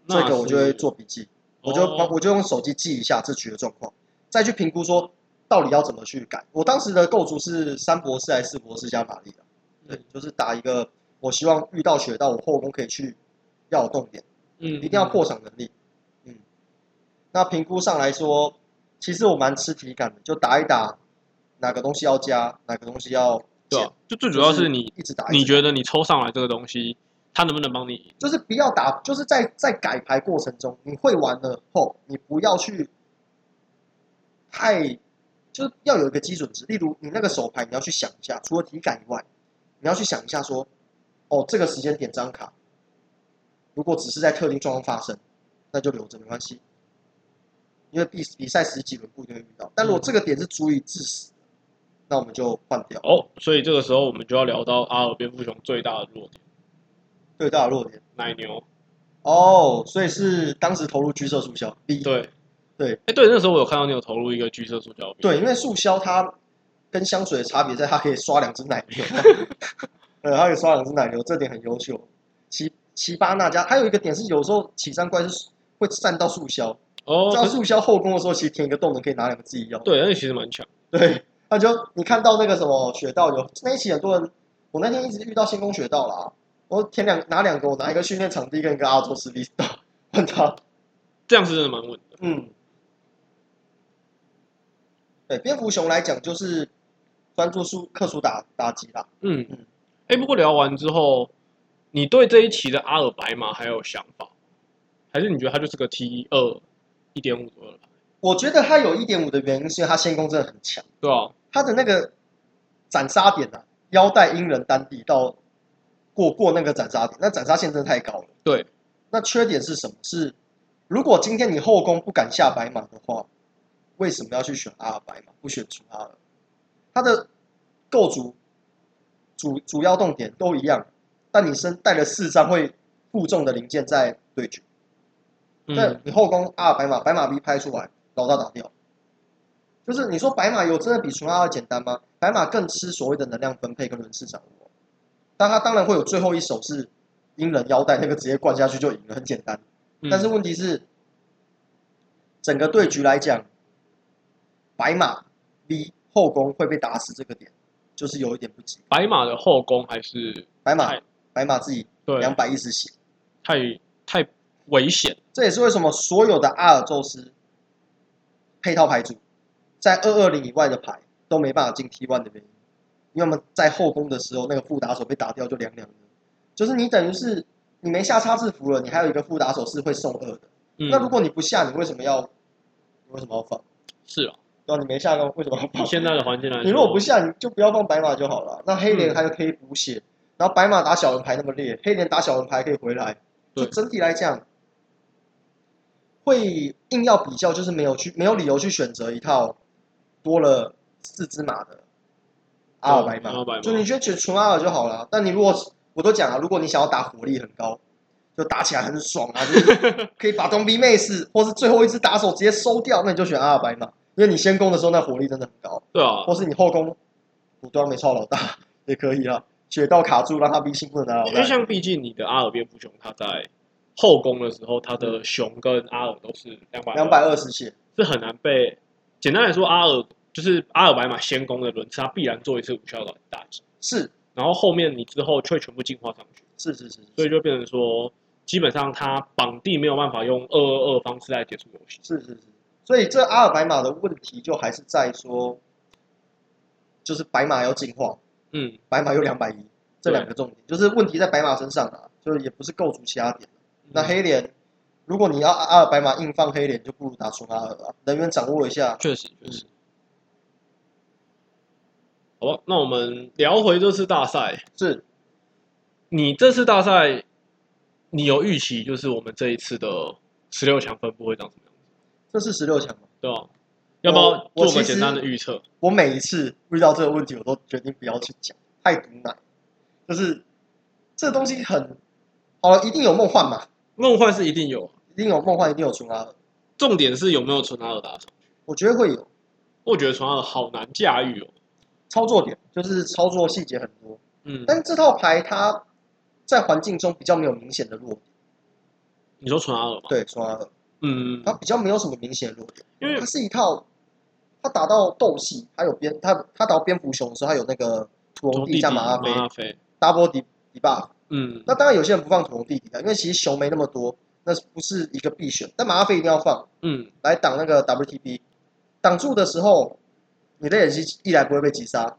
这那个我是就会做笔记。我就帮哦我就用手机记一下这局的状况，再去评估说到底要怎么去改。我当时的构筑是三博士还是四博士加玛丽的，啊对嗯，就是打一个我希望遇到雪道，我后宫可以去要有动点，嗯，一定要破场能力。嗯，那评估上来说，其实我蛮吃体感的，就打一打哪个东西要加，哪个东西要对减啊，，就最主要就是你一直打，一直你打觉得你抽上来这个东西，他能不能帮你赢？就是不要打，就是在在改牌过程中，你会玩了后，你不要去太，就是要有一个基准值。例如，你那个手牌，你要去想一下，除了体感以外，你要去想一下说，哦，这个时间点张卡，如果只是在特定状况发生，那就留着没关系，因为比比赛十几轮不一定会遇到。但如果这个点是足以致死，那我们就换掉。哦，所以这个时候我们就要聊到阿尔蝙蝠熊最大的弱点最大的弱点——奶牛。哦，所以是当时投入居社促销。第一对，对哎，对，那时候我有看到你有投入一个橘色塑胶瓶。对，因为速销它跟香水的差别在它可以刷两只奶牛， 呃，它可以刷两只奶牛，这点很优秀。奇奇巴那家还有一个点是，有时候起山怪是会站到速销，哦，到可是速销后宫的时候，其实填一个动能可以拿两个自己要。对，那其实蛮强。对，那就你看到那个什么雪道有那一期很多人，我那天一直遇到仙宫雪道啦，我填两拿两个，我拿一个训练场地跟一个阿周斯利道，问他，这样是真的蛮稳的。嗯，对，蝙蝠熊来讲就是专注数克数打打击啦。嗯嗯，哎、不过聊完之后，你对这一期的阿尔白马还有想法，还是你觉得它就是个 T 二一点五左右的牌？我觉得它有一点五的原因是因为它先攻真的很强，对啊，它的那个斩杀点啊，腰带阴人单臂到过过那个斩杀点，那斩杀线真的太高了。对，那缺点是什么？是如果今天你后宫不敢下白马的话，为什么要去选阿尔白马，不选纯阿尔？它的构筑主主要动点都一样，但你身带了四张会负重的零件在对决，那嗯，你后宫阿尔白马，白马 B 拍出来，老大打掉。就是你说白马有真的比纯阿尔简单吗？白马更吃所谓的能量分配跟轮次掌握，但它当然会有最后一手是阴人腰带那个直接灌下去就赢了，很简单。但是嗯问题是，整个对局来讲，白马 V 后宫会被打死这个点，就是有一点不及格。白马的后宫还是白马太白马自己对两百一十血，太太危险。这也是为什么所有的阿尔宙斯配套牌组在二二零以外的牌都没办法进 T one 的原因，因为我们在后宫的时候，那个副打手被打掉就凉凉的，就是你等于是你没下差制服了，你还有一个副打手是会送二的。嗯，那如果你不下，你为什么要你为什么要放？是啊，对啊，你没下到，为什么要 以放？现在的嗯环境来说，你如果不下，你就不要放白马就好了。那黑莲还可以补血，然后白马打小人牌那么烈，黑莲打小人牌可以回来。就对整体来讲，会硬要比较，就是没有去没有理由去选择一套多了四只马的阿尔白对阿尔白马，马就你觉得选纯阿尔就好了。但你如果我都讲了，如果你想要打火力很高，就打起来很爽啊， 就是可以把东逼妹死，或是最后一只打手直接收掉，那你就选阿尔白马，因为你先攻的时候那火力真的很高。对啊，或是你后宫补刀没超老大也可以啊，雪道卡住让他逼心不能拿老因为大。像毕竟你的阿尔蝙蝠熊，它在后宫的时候，它的熊跟阿尔都是两百嗯两百二十血，是很难被。简单来说，阿尔就是阿尔白马先攻的轮次，它必然做一次无效的打击，是然后后面你之后却全部进化上去，是是是所以就变成说，基本上它绑定没有办法用二二二方式来结束游戏。是是是，所以这阿尔白马的问题就还是在说，就是白马要进化，嗯，白马有两百一，这对两个重点，就是问题在白马身上啊，就是也不是构筑其他点。那嗯黑莲，如果你要阿阿尔白马硬放黑莲，就不如打纯阿尔啊，人员掌握一下，确实确实。好吧，那我们聊回这次大赛。是你这次大赛，你有预期就是我们这一次的十六强分布会长什么样子，这是十六强吗？对吧？要不要哦我做个其实简单的预测？我每一次遇到这个问题，我都决定不要去讲，太毒奶。就是这东西很好了，一定有梦幻嘛，梦幻是一定有，啊一定有梦幻，一定有纯阿尔，重点是有没有纯阿尔打手。我觉得会有我觉得纯阿尔好难驾驭哦。操作点，就是操作细节很多。嗯，但这套牌它在环境中比较没有明显的弱点，你说纯阿尔吧？对纯阿尔，嗯，它比较没有什么明显的弱点，因为它是一套。它打到斗戏，它有蝙，它它打到蝙蝠熊的时候，它有那个屠龙从地啊弟加弟马阿飞马飞， double d d buff，嗯，那当然有些人不放土龙弟弟的，因为其实熊没那么多，那是不是一个必选？但马阿飞一定要放嗯，来挡那个 WTB，挡住的时候，你的眼睛一来不会被击杀，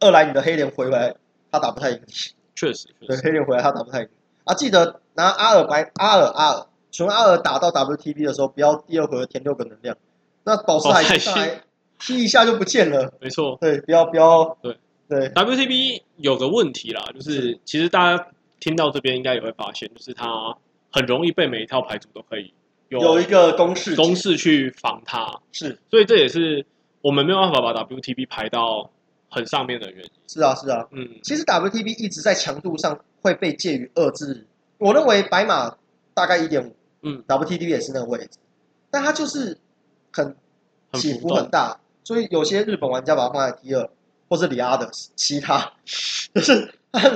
二来你的黑莲回来他打不太赢你， 确实，确对实黑人回来他打不太赢啊。记得拿阿尔白阿尔阿尔琼阿尔打到 WTB 的时候，不要第二回合填六个能量，那保斯保还斯还上来踢一下就不见了。没错。对，不要不要，对对 WTB 有个问题啦，就是是其实大家听到这边应该也会发现，就是它很容易被每一套牌组都可以有有一个公式公式去防它，是所以这也是我们没有办法把 WTB 排到很上面的原因。是啊是啊。嗯，其实 WTB 一直在强度上会被介于二至，我认为白马大概一点五，嗯，WTB 也是那个位置，但它就是很很起浮伏很动，大，所以有些日本玩家把它放在 T 二，或是里阿德斯其他，就是他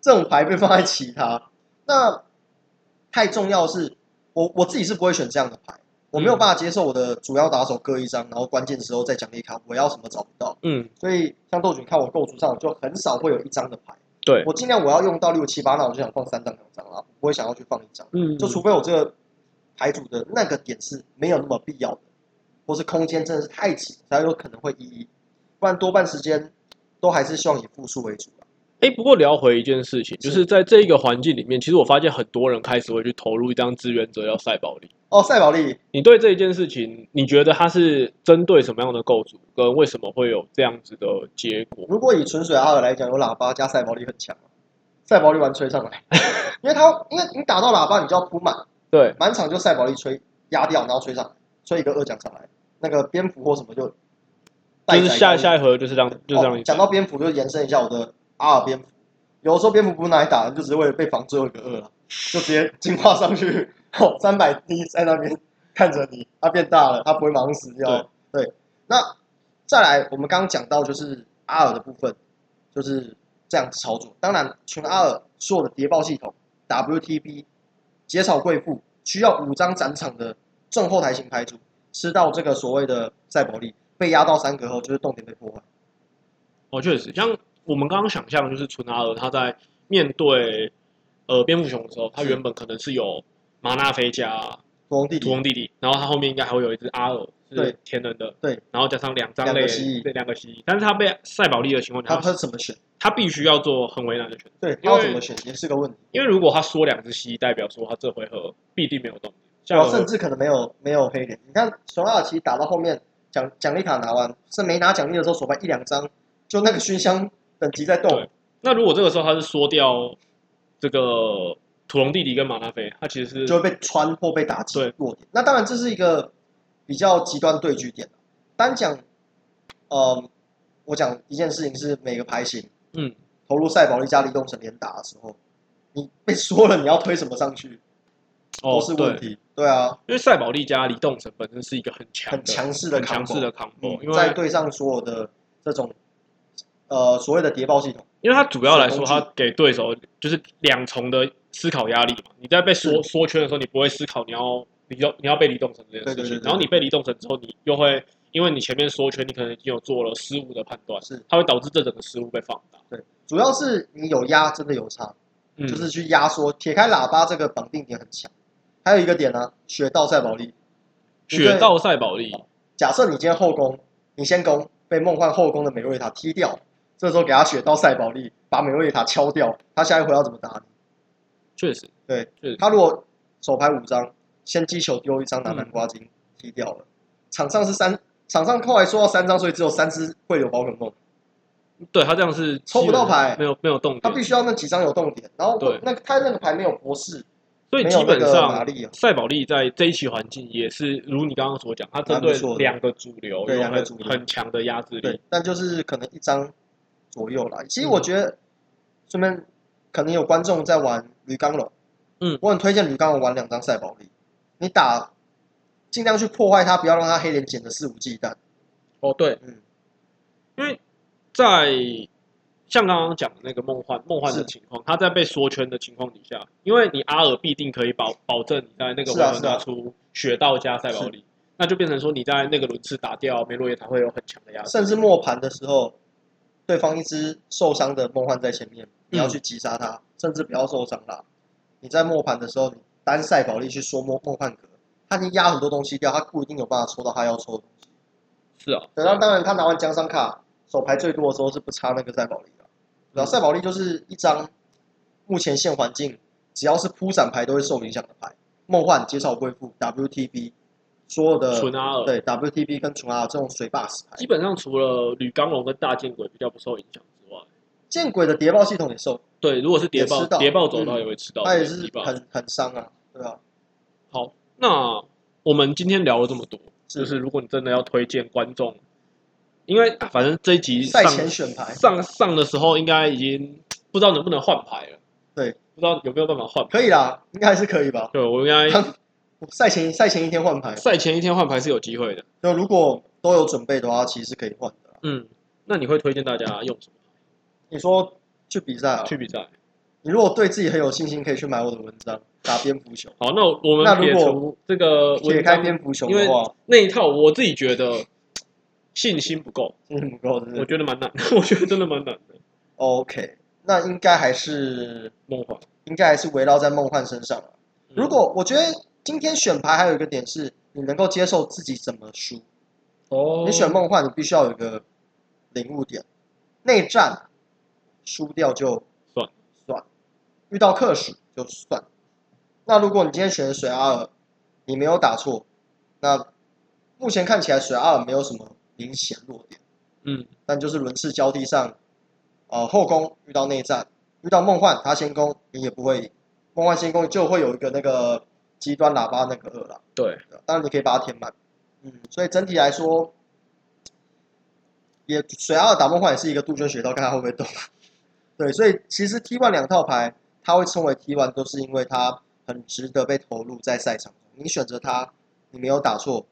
这种牌被放在其他。那太重要是，我我自己是不会选这样的牌，我嗯没有办法接受我的主要打手各一张，然后关键时候再奖励卡，我要什么找不到。嗯，所以像豆菌看我构筑上，我就很少会有一张的牌，对，我尽量我要用到六七八，那我就想放三张两张啦，我不会想要去放一张。嗯，就除非我这个牌组的那个点是没有那么必要的，或是空间真的是太挤，才有可能会一一，不然多半时间都还是希望以复数为主啦哎，不过聊回一件事情，就是是在这一个环境里面，其实我发现很多人开始会去投入一张志愿者要赛保利。哦，赛宝利你对这一件事情，你觉得它是针对什么样的构筑，跟为什么会有这样子的结果？如果以纯水阿尔来讲，有喇叭加赛宝利很强啊，赛宝利玩吹上 来，因为他因为你打到喇叭，你就要铺满，对，满场就赛宝利吹压掉，然后吹上来，吹一个二奖上来，那个蝙蝠或什么就就是下带宰高一点下一盒就是让就让哦你讲到蝙蝠，就延伸一下我的阿尔蝙蝠。有的时候蝙蝠不是拿来打的，就只是为了被防最后一个二了，啊就直接进化上去，哦，三百滴在那边看着你，它变大了，它不会马上死掉。对，那再来，我们刚刚讲到就是阿尔的部分，就是这样子操作。当然，全阿尔所有的谍报系统、WTB、结草贵妇需要五张展场的正后台型牌组，吃到这个所谓的赛博力，被压到三格后就是动点被破坏。哦，确实，像我们刚刚想象，就是纯阿尔他在面对呃蝙蝠熊的时候，他是原本可能是有马纳菲加国王弟土弟翁弟弟，然后他后面应该还会有一只阿尔是对天人的，对，然后加上两张两个类蜥蜴对两个蜥蜴，但是他被赛保利的情况他下，他怎么选？他必须要做很为难的选择，对，他因为要怎么选也是个问题。因为如果他缩两只蜥蜴，代表说他这回合必定没有动力，下然后回甚合至可能没有没有黑脸。你看熊二奇打到后面奖奖励卡拿完，是没拿奖励的时候手牌一两张，就那个熏香等级在动对。那如果这个时候他是缩掉这个土龙弟弟跟马纳菲，他其实就是会被穿或被打击对弱点。那当然这是一个比较极端对局点。单讲，呃，我讲一件事情是每个牌型嗯投入赛保利加利动神连打的时候，你被说了你要推什么上去哦都是对问题。对啊，因为赛宝利加离动神本身是一个很强的、很强势的很强 combo 势的 combo，、因哦嗯，再为对上所有的这种呃所谓的谍报系统，因为它主要来说，手工它具给对手就是两重的思考压力嘛。你在被缩缩圈的时候，你不会思考你要你要你要被离动神这件事情，对对对对然后你被离动神之后，你又会因为你前面缩圈，你可能已经有做了失误的判断，是它会导致这整个失误被放大。主要是你有压真的有差，嗯，就是去压缩铁开喇叭这个绑定点很强。还有一个点呢、雪道赛保利，你雪对道赛宝利，假设你今天后宫，你先攻被梦幻后宫的美瑞塔踢掉，这时候给他雪道赛保利，把美瑞塔敲掉，他下一回要怎么打你？确实对是他如果手牌五张，先击球丢一张拿南瓜金、踢掉了，场上是三，场上后来说到三张，所以只有三只会有宝可梦。对他这样是抽不到牌没有没有动他点，必须要那几张有动点，然后对那个他那个牌没有博士，所以没基有那本个上马力啊，赛宝利在这一期环境也是如你刚刚所讲，它针对蛮不错的两个主流对有两个很主流很强的压制力对。，但就是可能一张左右啦。嗯其实我觉得，顺便可能有观众在玩铝钢龙，嗯我很推荐铝钢龙玩两张赛宝利，你打尽量去破坏它，不要让它黑脸捡的肆无忌惮。哦，对，嗯，在像刚刚讲的那个梦幻梦幻的是情况，它在被缩圈的情况底下，因为你阿尔必定可以保保证你在那个是回啊合是啊拿出雪道加赛宝利，那就变成说你在那个轮次打掉梅洛耶塔会有很强的压制。甚至末盘的时候，对方一只受伤的梦幻在前面，你要去击杀它，甚至不要受伤啦。你在末盘的时候，你单赛保利去说梦梦幻格，他已经压很多东西掉，他不一定有办法抽到他要抽的东西。是啊，等到当然他拿啊完奖赏卡，手牌最多的时候是不差那个赛保利的，然后赛保利就是一张目前现环境只要是铺展牌都会受影响的牌，梦幻接少恢复 WTB 所有的纯阿尔呃对 WTB 跟纯 R 这种水坝石牌基，本上除了吕刚龙跟大剑鬼比较不受影响之外，见鬼的谍报系统也受，对，如果是谍也报吃到谍报走嗯到也会吃到，它也对是哦谍报很很伤啊，对吧、好，那我们今天聊了这么多，是就是如果你真的要推荐观众，因为啊反正这一集上赛前选牌上上的时候，应该已经不知道能不能换牌了。对，不知道有没有办法换牌。可以啦，应该还是可以吧。对我应该 赛前赛前一天换牌，赛前一天换牌是有机会的。就如果都有准备的话，其实可以换的啦。嗯，那你会推荐大家用什么你说去比赛啊？去比赛？你如果对自己很有信心，可以去买我的文章打蝙蝠球，好，那我那们如撇果除这个解文开章蝙蝠球因为的话，那一套，我自己觉得信心不够，信心不够，真我的。觉得蛮难，我觉得真的蛮 难的。 OK，那应该还是梦幻，应该还是围绕在梦幻身上啊嗯如果我觉得今天选牌还有一个点是，你能够接受自己怎么输。哦，你选梦幻，你必须要有一个领悟点，内战啊输掉就算算，遇到克数就算。那如果你今天选的水阿尔，你没有打错，那目前看起来水阿尔没有什么明显弱点，嗯，但就是轮次交替上，呃，后宫遇到内战，遇到梦幻他先攻，你也不会赢，梦幻先攻就会有一个那个极端喇叭那个二啦。对，当然你可以把它填满。嗯，所以整体来说，也水二打梦幻也是一个杜鹃学到，看他会不会动。啊对，所以其实 T one 两套牌，它会称为 T one，都是因为它很值得被投入在赛场中。你选择它，你没有打错，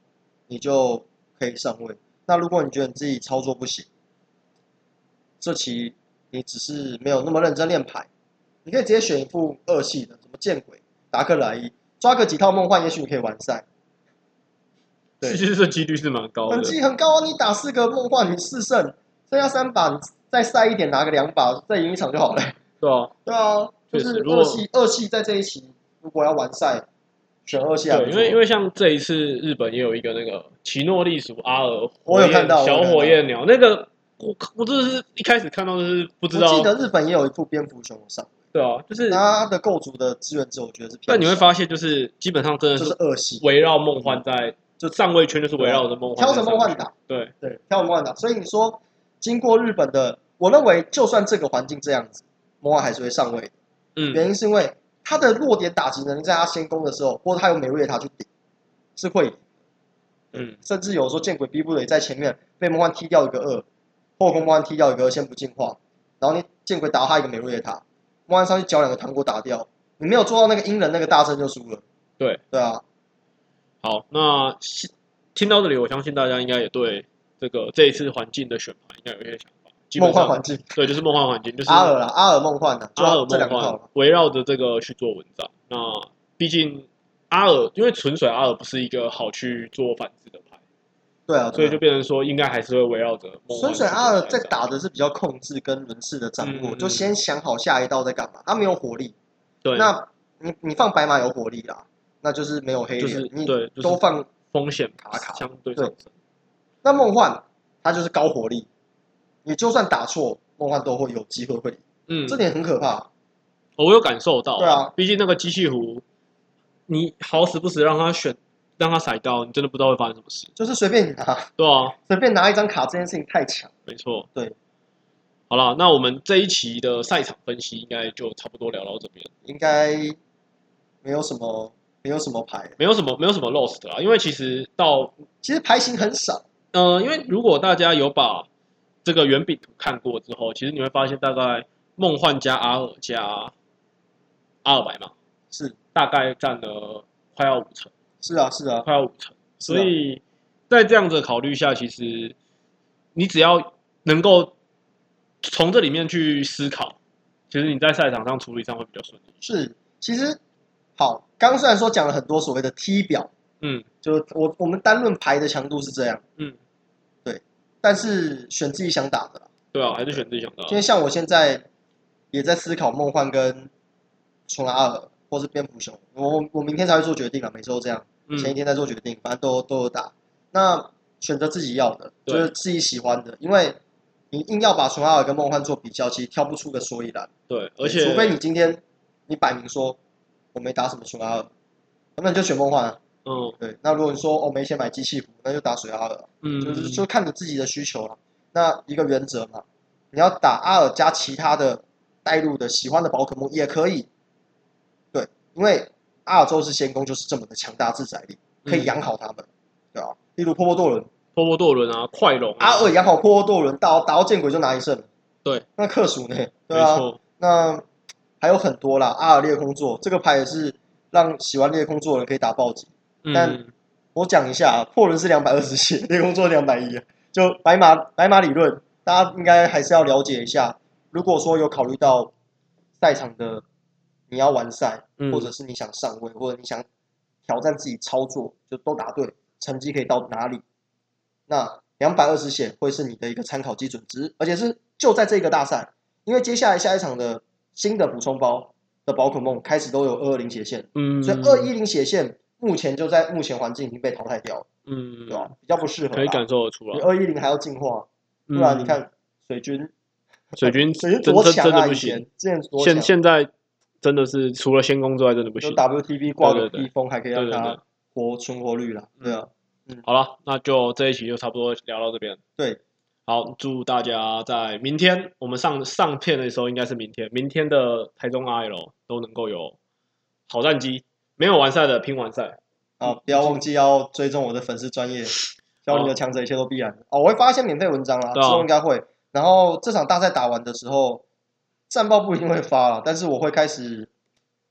你就可以上位。那如果你觉得你自己操作不行，这棋你只是没有那么认真练牌，你可以直接选一副二系的，什么见鬼、达克莱伊，抓个几套梦幻，也许你可以完赛。对其实这几率是蛮高的等。级很高啊！你打四个梦幻，你四胜，剩下三把，你再赛一点，拿个两把，再赢一场 就好了。对啊，对啊，确就是实如果二系二系在这一期，如果要完赛，选二系啊，对，因为因为像这一次日本也有一个那个奇诺利属阿尔我火有焰看到我有小看到火焰鸟那个，我我真的是一开始看到就是不知我道记，得日本也有一部蝙蝠熊上，对啊，就是它的构筑的资源值我觉得是偏少，但你会发现就是基本上真的就是是二系，围绕梦幻在就上位圈，就是围绕着梦幻在挑着上梦位幻圈，打，对，对，挑着梦幻打。所以你说经过日本的，我认为就算这个环境这样子，梦幻还是会上位。嗯，原因是因为他的弱点打击能力在他先攻的时候，或者他有美瑞塔去顶，是会赢的嗯，甚至有时候见鬼逼不得已在前面被梦幻踢掉一个二，后攻梦幻踢掉一个二，先不进化，然后你见鬼打他一个美瑞塔，梦幻上去搅两个糖果打掉，你没有做到那个阴人那个大阵就输了。对，对啊，好，那是听到这里，我相信大家应该也对这个这一次环境的选牌应该有一些想法，基梦本幻上环境，对，就是梦幻环境，就是阿尔啦，阿尔梦幻的，啊就阿尔这两梦个套幻了。围绕着这个去做文章。那毕竟阿尔，因为纯水阿尔不是一个好去做反制的牌，对啊，对啊所以就变成说应该还是会围绕着梦幻孙去水做阿尔文在章打的是比较控制跟轮次的掌握，嗯就先想好下一道在干嘛，他没有火力。对，那你你放白马有火力啦，那就是没有黑就脸，是你对，就是都放风险卡卡相对上升。那梦幻，它就是高火力，你就算打错，梦幻都会有机会会赢，嗯，这点很可怕。我有感受到，对啊，毕竟那个机器壶，你好死不死让他选，让他踩到，你真的不知道会发生什么事。就是随便你拿，对啊，随便拿一张卡这件事情太强。没错。对，好了，那我们这一期的赛场分析应该就差不多聊到这边。应该没有什么没有什么牌，没有什么没有什么 lost 啦，因为其实到其实牌型很少，呃，因为如果大家有把这个圆饼图看过之后，其实你会发现大概梦幻加阿尔加阿尔白嘛，是大概占了快要五成，是啊是啊，快要五成，是啊所以在这样子的考虑下，其实你只要能够从这里面去思考，其实你在赛场上处理上会比较顺利。是其实好，刚刚虽然说讲了很多所谓的 T 表，嗯就是我我们单论牌的强度是这样，嗯，但是选自己想打的啦。对啊，还是选自己想到因为像我现在也在思考梦幻跟纯阿尔或是蝙蝠熊，我我明天才会做决定啊，每周这样，前一嗯天再做决定，反正都都有打。那选择自己要的，对就是自己喜欢的，因为你硬要把纯阿尔跟梦幻做比较，其实挑不出个所以然。对，而且除非你今天你摆明说我没打什么纯阿尔，那你就选梦幻啊。嗯对，那如果你说我、哦、没钱买机器服，那就打水阿尔啊，就嗯是就看你自己的需求了、那一个原则嘛，你要打阿尔加其他的带入的喜欢的宝可梦也可以。对，因为阿尔宙斯仙宫就是这么的强大自宰力，可以嗯养好他们，对吧、例如波波多伦，波波多伦啊，快龙啊阿尔养好波波多伦，打打到见鬼就拿一胜了。对，那克数呢？没对啊，错，那还有很多啦，阿尔裂空座这个牌也是让喜欢裂空座的人可以打暴击。但嗯我讲一下啊，破人是两百二十 血，裂空座两百一，就白马白马理论，大家应该还是要了解一下。如果说有考虑到赛场的你要完赛，嗯或者是你想上位，或者你想挑战自己操作，就都答对，成绩可以到哪里？那两百二十血会是你的一个参考基准值，而且是就在这个大赛，因为接下来下一场的新的补充包的宝可梦开始都有二二零血线，嗯，所以二一零血线目前就在目前环境已经被淘汰掉了，嗯对吧、比较不适合啦。可以感受得出你来，二一零还要进化，不嗯然啊你看水军，水军水军真多真强真啊！的不以行前，之前多强现，现在真的是除了仙宫之外，真的不就行。 WTV 挂个对对披风还可以让对对对他活存活率啦，对啊，好了，那就这一期就差不多聊到这边。对，好，祝大家在明天我们上上片的时候，应该是明天，明天的台中 RL 都能够有好战绩。没有完赛的拼完赛，啊，不要忘记要追踪我的粉丝专业，教你的强者一切都必然。哦，我会发一些免费文章啦，之对啊后应该会。然后这场大赛打完的时候，战报不一定会发了，但是我会开始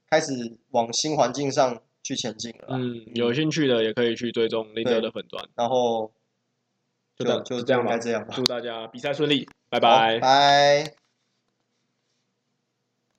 开始往新环境上去前进了啦。嗯，有兴趣的也可以去追踪林德的粉砖。然后就就这就就这样应吧该这样吧。祝大家比赛顺利，拜好拜。拜。